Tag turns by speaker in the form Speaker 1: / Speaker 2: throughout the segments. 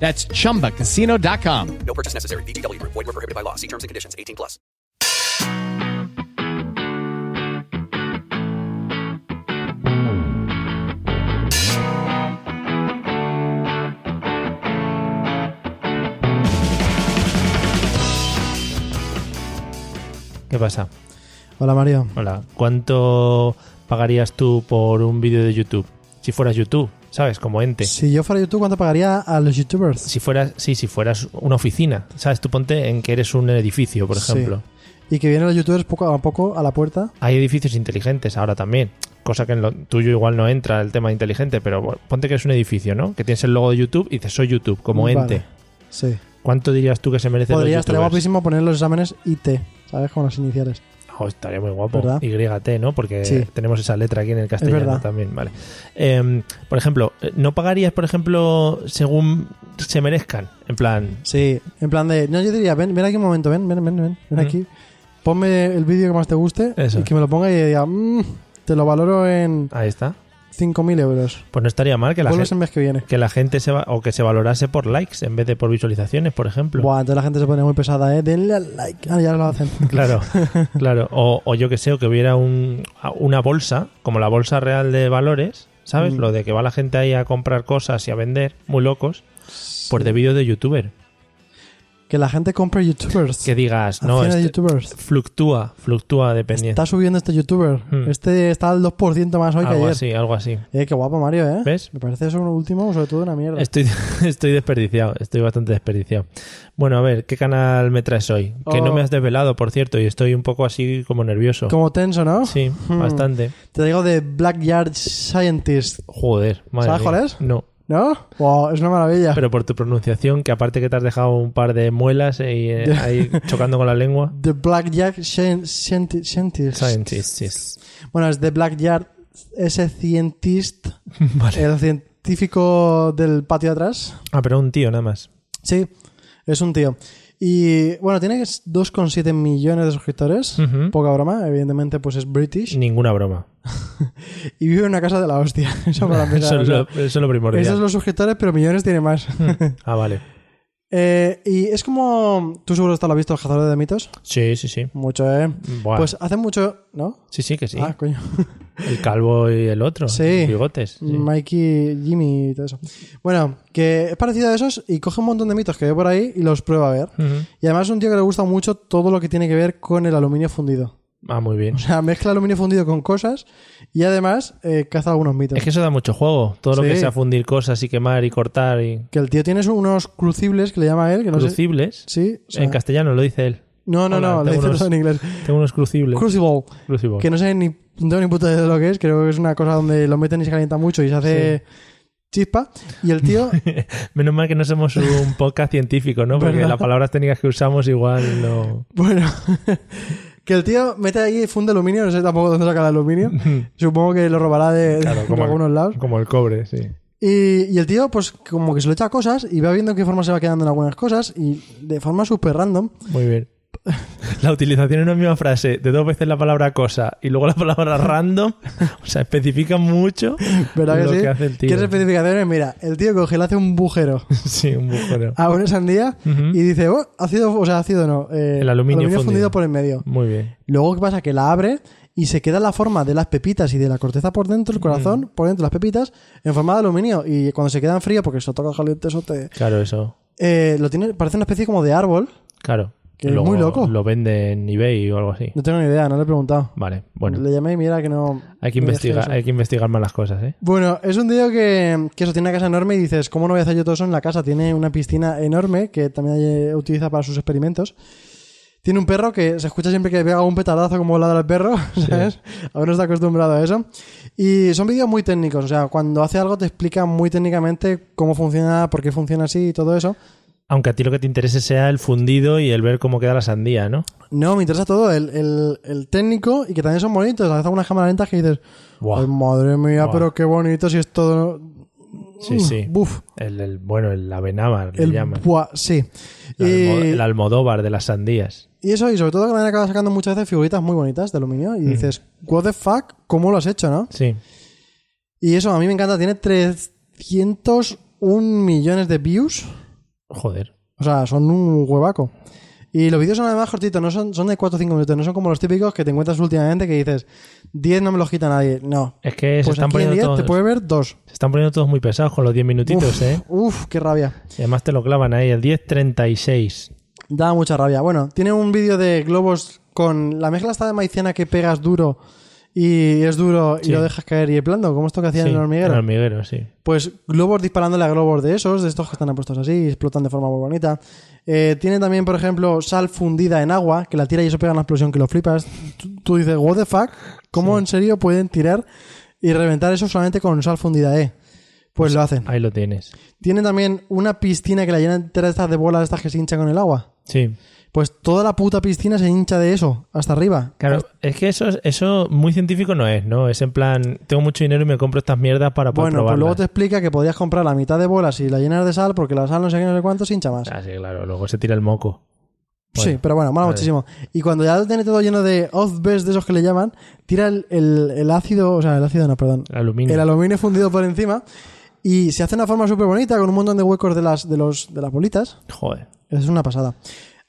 Speaker 1: That's chumbacasino.com.
Speaker 2: No purchase necessary. VGW Group. Void were prohibited by law. See terms and conditions. 18 plus.
Speaker 3: ¿Qué pasa?
Speaker 4: Hola Mario.
Speaker 3: Hola, ¿cuánto pagarías tú por un vídeo de YouTube? Si fueras YouTube, ¿sabes? Como ente.
Speaker 4: Si yo fuera YouTube, ¿cuánto pagaría a los youtubers?
Speaker 3: Si fueras, sí, si fueras una oficina, ¿sabes? Tú ponte en que eres un edificio, por
Speaker 4: Sí.
Speaker 3: ejemplo.
Speaker 4: Y que vienen los youtubers poco a poco a la puerta.
Speaker 3: Hay edificios inteligentes ahora también, cosa que en lo tuyo igual no entra el tema inteligente, pero bueno, ponte que es un edificio, ¿no? Que tienes el logo de YouTube y dices soy YouTube como
Speaker 4: Vale.
Speaker 3: ente.
Speaker 4: Sí.
Speaker 3: ¿Cuánto dirías tú que se merece
Speaker 4: Podría
Speaker 3: los
Speaker 4: estar
Speaker 3: youtubers?
Speaker 4: guapísimo poner los exámenes IT, ¿sabes? Con las iniciales.
Speaker 3: Oh, estaría muy guapo.
Speaker 4: ¿Verdad?
Speaker 3: YT, ¿no? Porque
Speaker 4: Sí.
Speaker 3: tenemos esa letra aquí en el castellano
Speaker 4: verdad.
Speaker 3: también, vale. Eh, por ejemplo, eh, ¿no pagarías, por ejemplo, según se merezcan? En plan,
Speaker 4: Sí. En plan de. No, yo diría, ven, ven aquí un momento, ven, ven, ven, ven, ven
Speaker 3: Mm.
Speaker 4: aquí. Ponme el vídeo que más te guste
Speaker 3: Eso.
Speaker 4: y que me lo ponga y diga, "Mm, te lo valoro en
Speaker 3: ahí está.
Speaker 4: 5.000 euros.
Speaker 3: Pues no estaría mal que la,
Speaker 4: Vuelves
Speaker 3: gente,
Speaker 4: el mes que viene.
Speaker 3: que la gente se va, o que se valorase por likes en vez de por visualizaciones, por ejemplo.
Speaker 4: Buah, entonces la gente se pone muy pesada, ¿eh? Denle al like. Ah, ya lo hacen.
Speaker 3: Claro, claro. O, o yo que sé, o que hubiera un- una bolsa, como la bolsa real de valores, ¿sabes?
Speaker 4: Mm.
Speaker 3: Lo de que va la gente ahí a comprar cosas y a vender, muy locos, pues de vídeos de youtuber.
Speaker 4: Que la gente compre youtubers.
Speaker 3: Que digas, no,
Speaker 4: Acciones de
Speaker 3: este-
Speaker 4: youtubers.
Speaker 3: fluctúa, fluctúa dependiendo.
Speaker 4: Está subiendo este youtuber.
Speaker 3: Hmm.
Speaker 4: Este está al 2% más hoy que
Speaker 3: Algo
Speaker 4: ayer.
Speaker 3: así, algo así.
Speaker 4: Eh, qué guapo, Mario, ¿eh?
Speaker 3: ¿Ves?
Speaker 4: Me parece eso un último, sobre todo una mierda.
Speaker 3: Estoy, estoy desperdiciado, estoy bastante desperdiciado. Bueno, a ver, ¿qué canal me traes hoy? Que no
Speaker 4: Oh.
Speaker 3: me has desvelado, por cierto, y estoy un poco así como nervioso.
Speaker 4: Como tenso, ¿no?
Speaker 3: Sí,
Speaker 4: Hmm.
Speaker 3: bastante.
Speaker 4: Te digo de Blackyard Scientist,
Speaker 3: Joder, madre
Speaker 4: ¿Sabes
Speaker 3: mía.
Speaker 4: cuál es?
Speaker 3: No,
Speaker 4: ¿no? Wow, es una maravilla.
Speaker 3: pero por tu pronunciación, que aparte que te has dejado un par de muelas ahí, eh, ahí chocando con la lengua.
Speaker 4: The Blackyard Scien- Scienti- Scientist.
Speaker 3: Scientists.
Speaker 4: Bueno, es The Blackyard ese Scientist,
Speaker 3: Vale.
Speaker 4: el científico del patio de atrás.
Speaker 3: Ah, pero un tío nada más.
Speaker 4: Sí, es un tío. Y bueno, tiene 2,7 millones de suscriptores.
Speaker 3: Ujú.
Speaker 4: Poca broma, evidentemente, pues es British.
Speaker 3: Ninguna broma.
Speaker 4: Y vive en una casa de la hostia. Eso para
Speaker 3: Eso
Speaker 4: empezar. o
Speaker 3: es
Speaker 4: sea,
Speaker 3: lo, eso es lo primordial.
Speaker 4: Esos son los sujetores, pero millones tiene más.
Speaker 3: Ah, vale.
Speaker 4: Eh, y es como. Tú seguro esto lo has visto, el cazador de mitos.
Speaker 3: Sí, sí, sí.
Speaker 4: Mucho, ¿eh?
Speaker 3: Buah.
Speaker 4: Pues hace mucho. ¿No?
Speaker 3: sí, sí, que sí.
Speaker 4: Ah, coño.
Speaker 3: El calvo y el otro.
Speaker 4: Sí.
Speaker 3: los Bigotes. sí.
Speaker 4: Mikey, Jimmy y todo eso. Bueno, que es parecido a esos y coge un montón de mitos que ve por ahí y los prueba a ver.
Speaker 3: Ujú.
Speaker 4: Y además es un tío que le gusta mucho todo lo que tiene que ver con el aluminio fundido.
Speaker 3: Ah, muy bien.
Speaker 4: O sea, mezcla aluminio fundido con cosas y además eh, caza algunos mitos.
Speaker 3: Es que eso da mucho juego. Todo lo que
Speaker 4: Sí.
Speaker 3: sea fundir cosas y quemar y cortar y
Speaker 4: Que el tío tiene unos crucibles que le llama a él, que no sé.
Speaker 3: crucibles.
Speaker 4: Sí, o sea-
Speaker 3: en castellano lo dice él.
Speaker 4: No, no,
Speaker 3: Hola,
Speaker 4: no, le
Speaker 3: tengo
Speaker 4: dice
Speaker 3: unos-
Speaker 4: todo en inglés.
Speaker 3: Tengo unos crucibles.
Speaker 4: Crucible,
Speaker 3: Crucible.
Speaker 4: que no sé ni, no tengo ni puta idea de lo que es, creo que es una cosa donde lo meten y se calienta mucho y se hace chispa. Y el tío,
Speaker 3: Menos mal que no somos un podcast científico, ¿no? Porque
Speaker 4: ¿Verdad?
Speaker 3: las palabras técnicas que usamos igual no.
Speaker 4: bueno, que el tío mete ahí funda aluminio, no sé tampoco dónde saca el aluminio, supongo que lo robará de,
Speaker 3: Claro,
Speaker 4: de
Speaker 3: como-
Speaker 4: algunos lados.
Speaker 3: Como el cobre, sí.
Speaker 4: Y, y el tío, pues como que se lo echa a cosas y va viendo en qué forma se va quedando en algunas cosas y de forma súper random.
Speaker 3: Muy bien. La utilización en una misma frase de dos veces la palabra cosa y luego la palabra random, o sea, especifica mucho
Speaker 4: ¿Verdad
Speaker 3: lo
Speaker 4: que sí?
Speaker 3: que hace el tío.
Speaker 4: ¿Quieres especificaciones? Mira, el tío coge, le hace un bujero
Speaker 3: Sí, un bujero.
Speaker 4: a una sandía
Speaker 3: Ujú.
Speaker 4: y dice, oh, ácido, o sea, ácido no. eh,
Speaker 3: El aluminio fundido.
Speaker 4: fundido por el medio.
Speaker 3: Muy bien.
Speaker 4: Luego, ¿qué pasa? Que la abre y se queda la forma de las pepitas y de la corteza por dentro, el corazón, por dentro, las pepitas, en forma de aluminio. Y cuando se quedan frías, porque se lo toca caliente, eso te.
Speaker 3: Claro, eso.
Speaker 4: Eh, lo tiene, parece una especie como de árbol.
Speaker 3: Claro.
Speaker 4: Que es muy loco.
Speaker 3: Lo vende en eBay o algo así.
Speaker 4: No tengo ni idea, no le he preguntado.
Speaker 3: Vale, bueno.
Speaker 4: Le llamé y mira que no.
Speaker 3: Hay que
Speaker 4: no dejé
Speaker 3: investigar,
Speaker 4: eso.
Speaker 3: hay que investigar más las cosas, ¿eh?
Speaker 4: Bueno, es un tío que, que eso tiene una casa enorme y dices, ¿cómo no voy a hacer yo todo eso en la casa? Tiene una piscina enorme que también eh, utiliza para sus experimentos. Tiene un perro que se escucha siempre que pega un petardazo como ladra el perro, ¿sabes? A ver, no está acostumbrado a eso. Y son vídeos muy técnicos, o sea, cuando hace algo te explica muy técnicamente cómo funciona, por qué funciona así y todo eso.
Speaker 3: Aunque a ti lo que te interese sea el fundido y el ver cómo queda la sandía, ¿no?
Speaker 4: No, me interesa todo, el, el- el técnico y que también son bonitos. A veces algunas cámaras lentas que dices,
Speaker 3: Buah.
Speaker 4: "Ay, madre mía,
Speaker 3: Buah.
Speaker 4: pero qué bonito si es todo. Mm,
Speaker 3: Sí, sí.
Speaker 4: Buf.
Speaker 3: El, el- bueno, el avenábar le
Speaker 4: El eh,
Speaker 3: llaman.
Speaker 4: buah, sí.
Speaker 3: El,
Speaker 4: y,
Speaker 3: almo- el almodóvar de las sandías.
Speaker 4: y eso, y sobre todo que también acabas sacando muchas veces figuritas muy bonitas de aluminio
Speaker 3: Mm.
Speaker 4: y dices, what the fuck, ¿cómo lo has hecho, no?
Speaker 3: Sí.
Speaker 4: Y eso a mí me encanta, tiene 301 millones de views.
Speaker 3: Joder.
Speaker 4: O sea, son un huevaco. Y los vídeos son además cortitos, no son, son de 4 o 5 minutos, no son como los típicos que te encuentras últimamente que dices, 10 no me los quita nadie. No.
Speaker 3: Es que Eh, se,
Speaker 4: Pues
Speaker 3: están
Speaker 4: aquí en
Speaker 3: poniendo
Speaker 4: 10
Speaker 3: todos,
Speaker 4: te puede ver 2.
Speaker 3: se están poniendo todos muy pesados con los 10 minutitos,
Speaker 4: Uf,
Speaker 3: ¿eh?
Speaker 4: uf, qué rabia.
Speaker 3: Y además te lo clavan ahí, el 10.36.
Speaker 4: Da mucha rabia. Bueno, tiene un vídeo de globos con la mezcla esta de maicena que pegas duro y es duro
Speaker 3: Sí.
Speaker 4: y lo dejas caer y es blando, como esto que hacían
Speaker 3: Sí,
Speaker 4: en el hormiguero.
Speaker 3: El hormiguero, sí.
Speaker 4: Pues globos disparándole a globos de esos, de estos que están apuestos así y explotan de forma muy bonita. Eh, tiene también, por ejemplo, sal fundida en agua, que la tira y eso pega una explosión que lo flipas. Tú, tú dices, what the fuck, ¿cómo en serio pueden tirar y reventar eso solamente con sal fundida, eh? Pues lo hacen.
Speaker 3: Ahí lo tienes.
Speaker 4: Tiene también una piscina que la llenan entera de estas de bolas estas que se hinchan con el agua.
Speaker 3: Sí.
Speaker 4: Pues toda la puta piscina se hincha de eso, hasta arriba.
Speaker 3: Claro, es que eso, eso muy científico no es, ¿no? Es en plan, tengo mucho dinero y me compro estas mierdas para poder
Speaker 4: Bueno, pues luego te
Speaker 3: probarlas.
Speaker 4: explica que podrías comprar la mitad de bolas y la llenas de sal, porque la sal no sé qué, no sé cuánto, se hincha más.
Speaker 3: Ah, sí, claro, luego se tira el moco. Bueno,
Speaker 4: sí, pero bueno, mola
Speaker 3: vale.
Speaker 4: muchísimo. Y cuando ya lo tiene todo lleno de off-best de esos que le llaman, tira el, el- el ácido, o sea, el ácido no, perdón,
Speaker 3: El aluminio.
Speaker 4: el aluminio fundido por encima y se hace una forma súper bonita con un montón de huecos de las, de, los, de las bolitas.
Speaker 3: Joder.
Speaker 4: Es una pasada.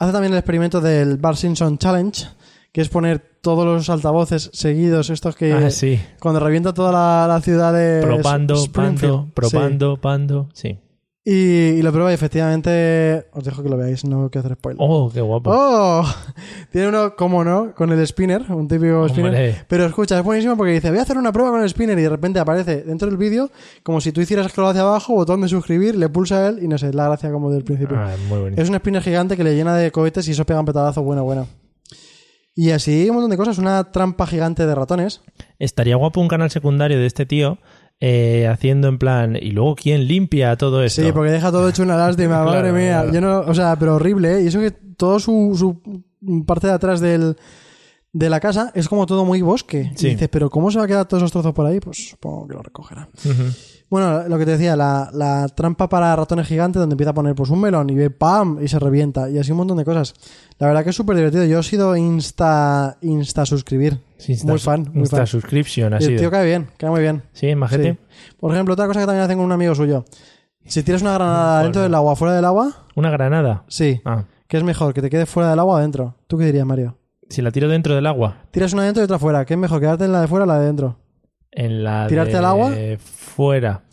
Speaker 4: Hace también el experimento del Bar Simpson Challenge, que es poner todos los altavoces seguidos, estos que
Speaker 3: ah, sí.
Speaker 4: cuando revienta toda la, la ciudad de
Speaker 3: Propando,
Speaker 4: Springfield.
Speaker 3: pando, propando, pando. Sí.
Speaker 4: Sí. Y, y lo prueba y efectivamente os dejo que lo veáis, no quiero hacer spoiler.
Speaker 3: Oh, qué guapo.
Speaker 4: ¡Oh! Tiene uno, cómo no, con el spinner, un típico spinner.
Speaker 3: Hombre.
Speaker 4: Pero escucha, es buenísimo porque dice, voy a hacer una prueba con el spinner y de repente aparece dentro del vídeo, como si tú hicieras scroll hacia abajo, botón de suscribir, le pulsa él y no sé, la gracia como del principio.
Speaker 3: Ah, muy bonito.
Speaker 4: es un spinner gigante que le llena de cohetes y eso pega un petadazo bueno, bueno. Y así un montón de cosas, una trampa gigante de ratones.
Speaker 3: Estaría guapo un canal secundario de este tío eh, haciendo en plan, ¿y luego quién limpia todo esto?
Speaker 4: Sí, porque deja todo hecho una lástima,
Speaker 3: Claro,
Speaker 4: madre mía.
Speaker 3: claro.
Speaker 4: Yo no, o sea, pero horrible, ¿eh? Y eso que todo su, su parte de atrás del, de la casa es como todo muy bosque.
Speaker 3: Sí.
Speaker 4: Y dices, pero ¿cómo se va a quedar todos esos trozos por ahí? Pues supongo que lo recogerán. Bueno, lo que te decía, la, la trampa para ratones gigantes donde empieza a poner pues un melón y ve ¡pam! y se revienta. Y así un montón de cosas. La verdad que es súper divertido. Yo he sido insta, insta suscribir.
Speaker 3: Sí, insta-
Speaker 4: muy fan, muy
Speaker 3: insta
Speaker 4: fan.
Speaker 3: subscription, ha
Speaker 4: Y el
Speaker 3: sido.
Speaker 4: tío cae bien, cae muy bien.
Speaker 3: Sí, majete.
Speaker 4: Sí. Por ejemplo, otra cosa que también hacen con un amigo suyo. Si tiras una granada
Speaker 3: Bueno.
Speaker 4: dentro del agua, fuera del agua,
Speaker 3: Una granada.
Speaker 4: sí.
Speaker 3: Ah,
Speaker 4: ¿Qué es mejor? ¿Que te quede fuera del agua o dentro? ¿Tú qué dirías, Mario?
Speaker 3: si la tiro dentro del agua.
Speaker 4: Tiras una dentro y otra fuera. ¿Qué es mejor? ¿Quedarte en la de fuera o la de dentro?
Speaker 3: En la
Speaker 4: ¿Tirarte
Speaker 3: de-
Speaker 4: al agua?
Speaker 3: Fuera.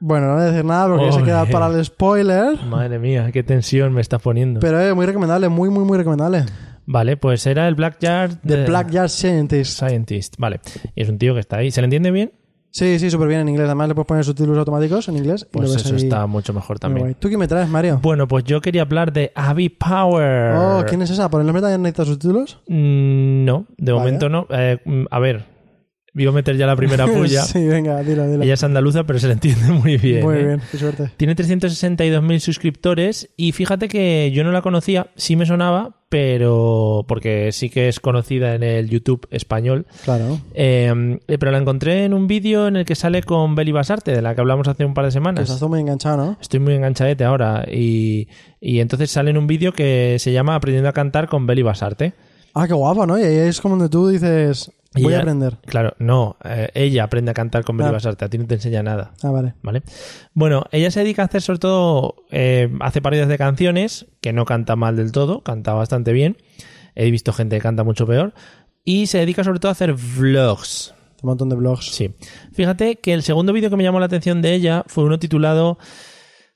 Speaker 4: Bueno, no voy a decir nada porque ya se
Speaker 3: Hombre.
Speaker 4: queda para el spoiler.
Speaker 3: Madre mía, qué tensión me estás poniendo.
Speaker 4: Pero es muy recomendable, muy, muy, muy recomendable.
Speaker 3: Vale, pues era el Black Yard
Speaker 4: The Black Yard Scientist.
Speaker 3: Scientist. Vale. Y es un tío que está ahí. ¿Se le entiende bien?
Speaker 4: Sí, sí, súper bien en inglés. Además, le puedes poner subtítulos automáticos en inglés. y
Speaker 3: Pues
Speaker 4: lo ves
Speaker 3: eso
Speaker 4: ahí.
Speaker 3: está
Speaker 4: Muy
Speaker 3: mucho mejor
Speaker 4: guay.
Speaker 3: también.
Speaker 4: ¿Tú qué me traes, Mario?
Speaker 3: Bueno, pues yo quería hablar de Abby Power.
Speaker 4: Oh, ¿quién es esa? ¿Por el nombre también necesitas subtítulos?
Speaker 3: Mm, No, de
Speaker 4: Vaya.
Speaker 3: momento no. Eh, mm, a ver, iba a meter ya la primera puya.
Speaker 4: sí, venga, dilo, dilo.
Speaker 3: Ella es andaluza, pero se le entiende muy bien.
Speaker 4: muy
Speaker 3: ¿eh?
Speaker 4: bien, qué suerte.
Speaker 3: Tiene 362.000 suscriptores y fíjate que yo no la conocía, sí me sonaba, pero porque sí que es conocida en el YouTube español.
Speaker 4: Claro.
Speaker 3: Eh, pero la encontré en un vídeo en el que sale con Beli Basarte, de la que hablamos hace un par de
Speaker 4: Que
Speaker 3: semanas.
Speaker 4: estás tú muy enganchado, ¿no?
Speaker 3: Estoy muy enganchadete ahora. Y, y entonces sale en un vídeo que se llama Aprendiendo a cantar con Beli Basarte.
Speaker 4: Ah, qué guapo, ¿no? Y ahí es como donde tú dices,
Speaker 3: Y
Speaker 4: voy
Speaker 3: ella-
Speaker 4: a aprender.
Speaker 3: Claro, no, eh, ella aprende a cantar con Beli
Speaker 4: Ah.
Speaker 3: Basarte, a ti no te enseña nada.
Speaker 4: Ah, vale.
Speaker 3: ¿Vale? Bueno, ella se dedica a hacer sobre todo, eh, hace parodias de canciones, que no canta mal del todo, canta bastante bien. He visto gente que canta mucho peor. Y se dedica sobre todo a hacer vlogs,
Speaker 4: Un montón de blogs.
Speaker 3: Sí. Fíjate que el segundo vídeo que me llamó la atención de ella fue uno titulado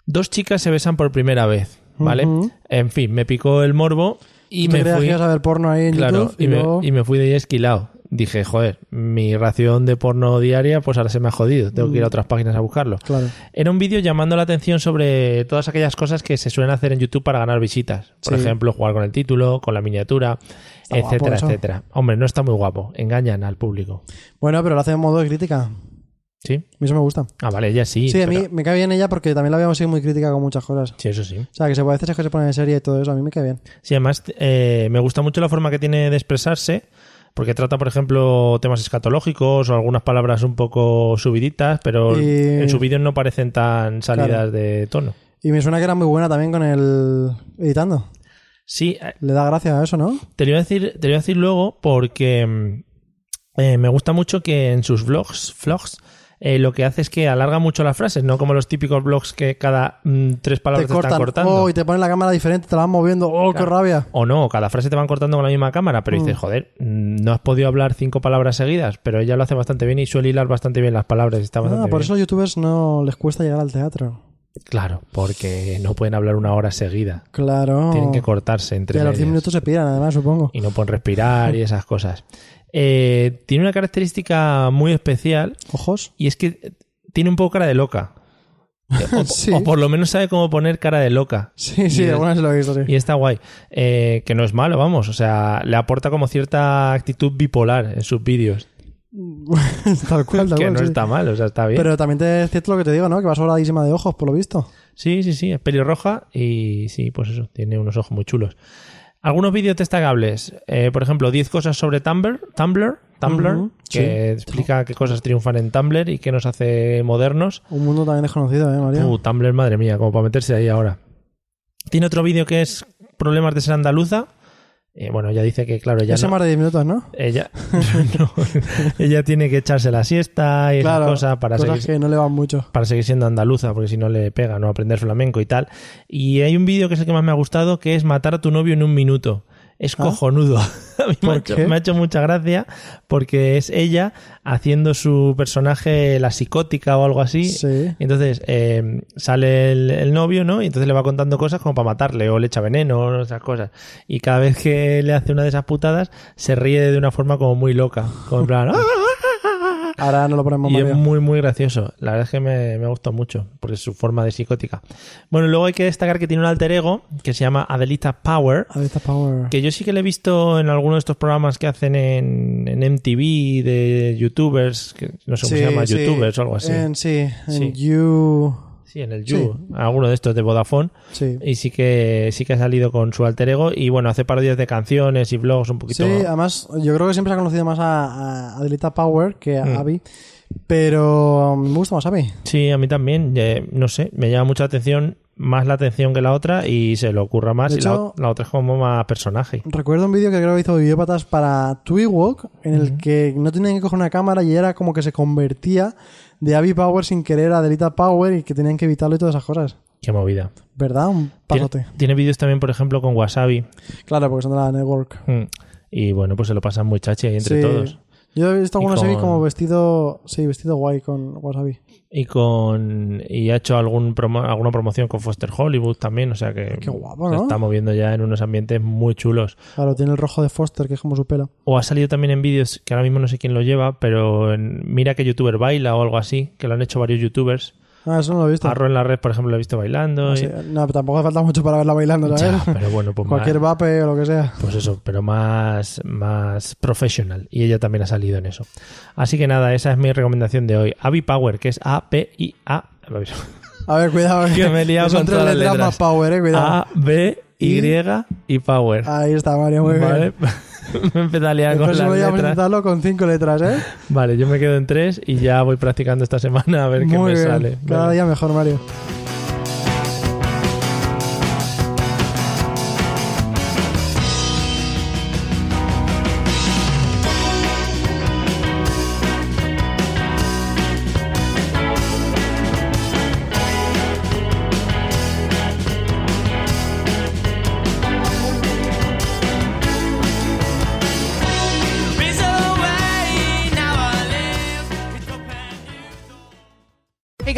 Speaker 3: Dos chicas se besan por primera vez. ¿Vale?
Speaker 4: Ujú.
Speaker 3: En fin, me picó el morbo y
Speaker 4: ¿Tú
Speaker 3: me
Speaker 4: creías
Speaker 3: fui.
Speaker 4: que ibas a ver porno ahí en
Speaker 3: claro,
Speaker 4: YouTube? Y,
Speaker 3: y, me,
Speaker 4: luego...
Speaker 3: y me fui de ahí esquilado. Dije, joder, mi ración de porno diaria, pues ahora se me ha jodido. Tengo que
Speaker 4: Mm.
Speaker 3: ir a otras páginas a buscarlo.
Speaker 4: Claro.
Speaker 3: Era un vídeo llamando la atención sobre todas aquellas cosas que se suelen hacer en YouTube para ganar visitas. Por
Speaker 4: Sí.
Speaker 3: ejemplo, jugar con el título, con la miniatura,
Speaker 4: Está guapo
Speaker 3: etcétera,
Speaker 4: eso.
Speaker 3: etcétera. Hombre, no está muy guapo. Engañan al público.
Speaker 4: Bueno, pero lo hace en modo de crítica.
Speaker 3: Sí.
Speaker 4: A mí eso me gusta.
Speaker 3: Ah, vale, ella sí.
Speaker 4: Sí, a mí
Speaker 3: pero-
Speaker 4: me cae bien ella porque también la habíamos sido muy crítica con muchas cosas.
Speaker 3: Sí, eso sí.
Speaker 4: O sea, que se puede hacer esas que se ponen en serie y todo eso, a mí me cae bien.
Speaker 3: Sí, además eh, me gusta mucho la forma que tiene de expresarse, porque trata, por ejemplo, temas escatológicos o algunas palabras un poco subiditas, pero
Speaker 4: Y-
Speaker 3: en sus vídeos no parecen tan salidas
Speaker 4: Claro.
Speaker 3: de tono.
Speaker 4: Y me suena que era muy buena también con el editando.
Speaker 3: Sí, eh,
Speaker 4: Le da gracia a eso, ¿no?
Speaker 3: te lo iba a decir, te lo iba a decir luego porque mm, eh, me gusta mucho que en sus vlogs, vlogs eh, lo que hace es que alarga mucho las frases, no como los típicos vlogs que cada mm, tres palabras te, están cortando.
Speaker 4: Oh, y te ponen la cámara diferente, te la van moviendo. Oh, qué
Speaker 3: Claro.
Speaker 4: rabia.
Speaker 3: O no, cada frase te van cortando con la misma cámara, pero dices, joder, mm, no has podido hablar cinco palabras seguidas, pero ella lo hace bastante bien y suele hilar bastante bien las palabras. Está
Speaker 4: Ah,
Speaker 3: bastante
Speaker 4: por
Speaker 3: bien.
Speaker 4: eso a los youtubers no les cuesta llegar al teatro.
Speaker 3: Claro, porque no pueden hablar una hora seguida.
Speaker 4: Claro.
Speaker 3: Tienen que cortarse entre
Speaker 4: Y a los 10
Speaker 3: medias.
Speaker 4: minutos se piran, además, supongo.
Speaker 3: Y no pueden respirar y esas cosas. Eh, tiene una característica muy especial
Speaker 4: Ojos.
Speaker 3: y es que tiene un poco cara de loca. Eh, O,
Speaker 4: Sí.
Speaker 3: o por lo menos sabe cómo poner cara de loca.
Speaker 4: Sí, sí,
Speaker 3: Y es-
Speaker 4: algunas lo he visto, sí.
Speaker 3: Y está guay. Eh, que no es malo, vamos. O sea, le aporta como cierta actitud bipolar en sus vídeos.
Speaker 4: tal cual, tal
Speaker 3: que
Speaker 4: cual,
Speaker 3: no
Speaker 4: sí.
Speaker 3: está mal, o sea, está bien.
Speaker 4: Pero también te- es cierto lo que te digo, ¿no? Que va sobradísima de ojos, por lo visto.
Speaker 3: Sí, sí, sí, es pelirroja y sí, pues eso, tiene unos ojos muy chulos. Algunos vídeos destacables, eh, por ejemplo, 10 cosas sobre Tumblr, Tumblr, Tumblr
Speaker 4: Ujú,
Speaker 3: que
Speaker 4: sí.
Speaker 3: explica qué cosas triunfan en Tumblr y qué nos hace modernos.
Speaker 4: Un mundo también desconocido, ¿eh, María?
Speaker 3: Uh, Tumblr, madre mía, como para meterse ahí ahora. Tiene otro vídeo que es problemas de ser andaluza. Eh, bueno, ya dice que, claro, ya
Speaker 4: Ese
Speaker 3: no-
Speaker 4: más de 10 minutos, ¿no?
Speaker 3: ella, no, ella tiene que echarse la siesta y
Speaker 4: claro.
Speaker 3: esas cosas para
Speaker 4: cosas
Speaker 3: seguir
Speaker 4: que no le van mucho.
Speaker 3: para seguir siendo andaluza, porque si no le pega, no aprender flamenco y tal. Y hay un vídeo que es el que más me ha gustado, que es matar a tu novio en un minuto. Es
Speaker 4: ¿Ah?
Speaker 3: cojonudo. A mí me,
Speaker 4: ¿Por
Speaker 3: ha hecho,
Speaker 4: qué?
Speaker 3: me ha hecho mucha gracia porque es ella haciendo su personaje la psicótica o algo así.
Speaker 4: Sí.
Speaker 3: Y Entonces eh, sale el, el novio, ¿no? Y entonces le va contando cosas como para matarle o le echa veneno o esas cosas. Y cada vez que le hace una de esas putadas, se ríe de una forma como muy loca. Como en plan, "¡Ah!".
Speaker 4: Ahora no lo ponemos
Speaker 3: Y
Speaker 4: mal.
Speaker 3: es muy, muy gracioso. La verdad es que me, me gustó mucho, porque es su forma de psicótica. Bueno, luego hay que destacar que tiene un alter ego que se llama Adelita Power,
Speaker 4: Power.
Speaker 3: que yo sí que le he visto en alguno de estos programas que hacen en, en MTV de youtubers, que no sé cómo se llama, youtubers o algo así.
Speaker 4: En, sí, en
Speaker 3: Sí.
Speaker 4: You.
Speaker 3: Sí, en el
Speaker 4: sí.
Speaker 3: You, alguno de estos de Vodafone.
Speaker 4: Sí.
Speaker 3: Y sí que, sí que ha salido con su alter ego. Y bueno, hace parodias de canciones y vlogs un
Speaker 4: Sí,
Speaker 3: poquito.
Speaker 4: además, yo creo que siempre se ha conocido más a, a Adelita Power que
Speaker 3: Mm.
Speaker 4: a Abby. Pero um, me gusta más Abby.
Speaker 3: Sí, a mí también. eh, no sé, me llama mucha atención, más la atención que la otra y se le ocurra más.
Speaker 4: De
Speaker 3: y la
Speaker 4: hecho-
Speaker 3: ot- la, otra es como más personaje.
Speaker 4: Recuerdo un vídeo que creo que hizo Videópatas para Twiwok, en el que no tenían que coger una cámara y era como que se convertía de Abby Power sin querer a Adelita Power y que tenían que evitarlo y todas esas cosas.
Speaker 3: Qué movida.
Speaker 4: ¿Verdad? Un
Speaker 3: Tiene,
Speaker 4: pasote.
Speaker 3: tiene vídeos también, por ejemplo, con Wasabi.
Speaker 4: Claro, porque son de la network.
Speaker 3: Mm. Y bueno, pues se lo pasan muy chachi ahí entre
Speaker 4: Sí.
Speaker 3: todos.
Speaker 4: Yo he visto
Speaker 3: Y
Speaker 4: algunos
Speaker 3: con-
Speaker 4: Abby como vestido. Sí, vestido guay con Wasabi.
Speaker 3: Y con y ha hecho algún promo- alguna promoción con Foster Hollywood también, o sea que
Speaker 4: Qué guapo,
Speaker 3: se
Speaker 4: ¿no?
Speaker 3: está moviendo ya en unos ambientes muy chulos.
Speaker 4: Claro, tiene el rojo de Foster, que es como su pelo.
Speaker 3: O ha salido también en vídeos que ahora mismo no sé quién lo lleva, pero en- mira que youtuber baila o algo así, que lo han hecho varios youtubers.
Speaker 4: Ah, eso no lo he visto.
Speaker 3: Arro en la red, por ejemplo, lo he visto bailando.
Speaker 4: Ah,
Speaker 3: y-
Speaker 4: sí. No, pero tampoco hace falta mucho para verla bailando,
Speaker 3: Ya,
Speaker 4: ¿sabes?
Speaker 3: pero bueno, pues,
Speaker 4: Cualquier
Speaker 3: más,
Speaker 4: vape o lo que sea.
Speaker 3: pues eso, pero más, más professional. Y ella también ha salido en eso. Así que nada, esa es mi recomendación de hoy. Avi Power, que es A-P-I-A.
Speaker 4: A ver, cuidado. eh.
Speaker 3: Que me he liado
Speaker 4: son
Speaker 3: con
Speaker 4: tres
Speaker 3: todas las letras. Ah.
Speaker 4: más power, eh, cuidado.
Speaker 3: A-B-Y y Power.
Speaker 4: Ahí está, Mario, Ah, muy bien.
Speaker 3: vale. me empecé a liar
Speaker 4: El
Speaker 3: con
Speaker 4: próximo
Speaker 3: las
Speaker 4: día vamos a
Speaker 3: letras.
Speaker 4: intentarlo con cinco letras, ¿eh?
Speaker 3: Vale, yo me quedo en tres y ya voy practicando esta semana a ver qué
Speaker 4: Muy
Speaker 3: me
Speaker 4: bien.
Speaker 3: sale.
Speaker 4: Cada
Speaker 3: Venga.
Speaker 4: día mejor, Mario.
Speaker 1: Hey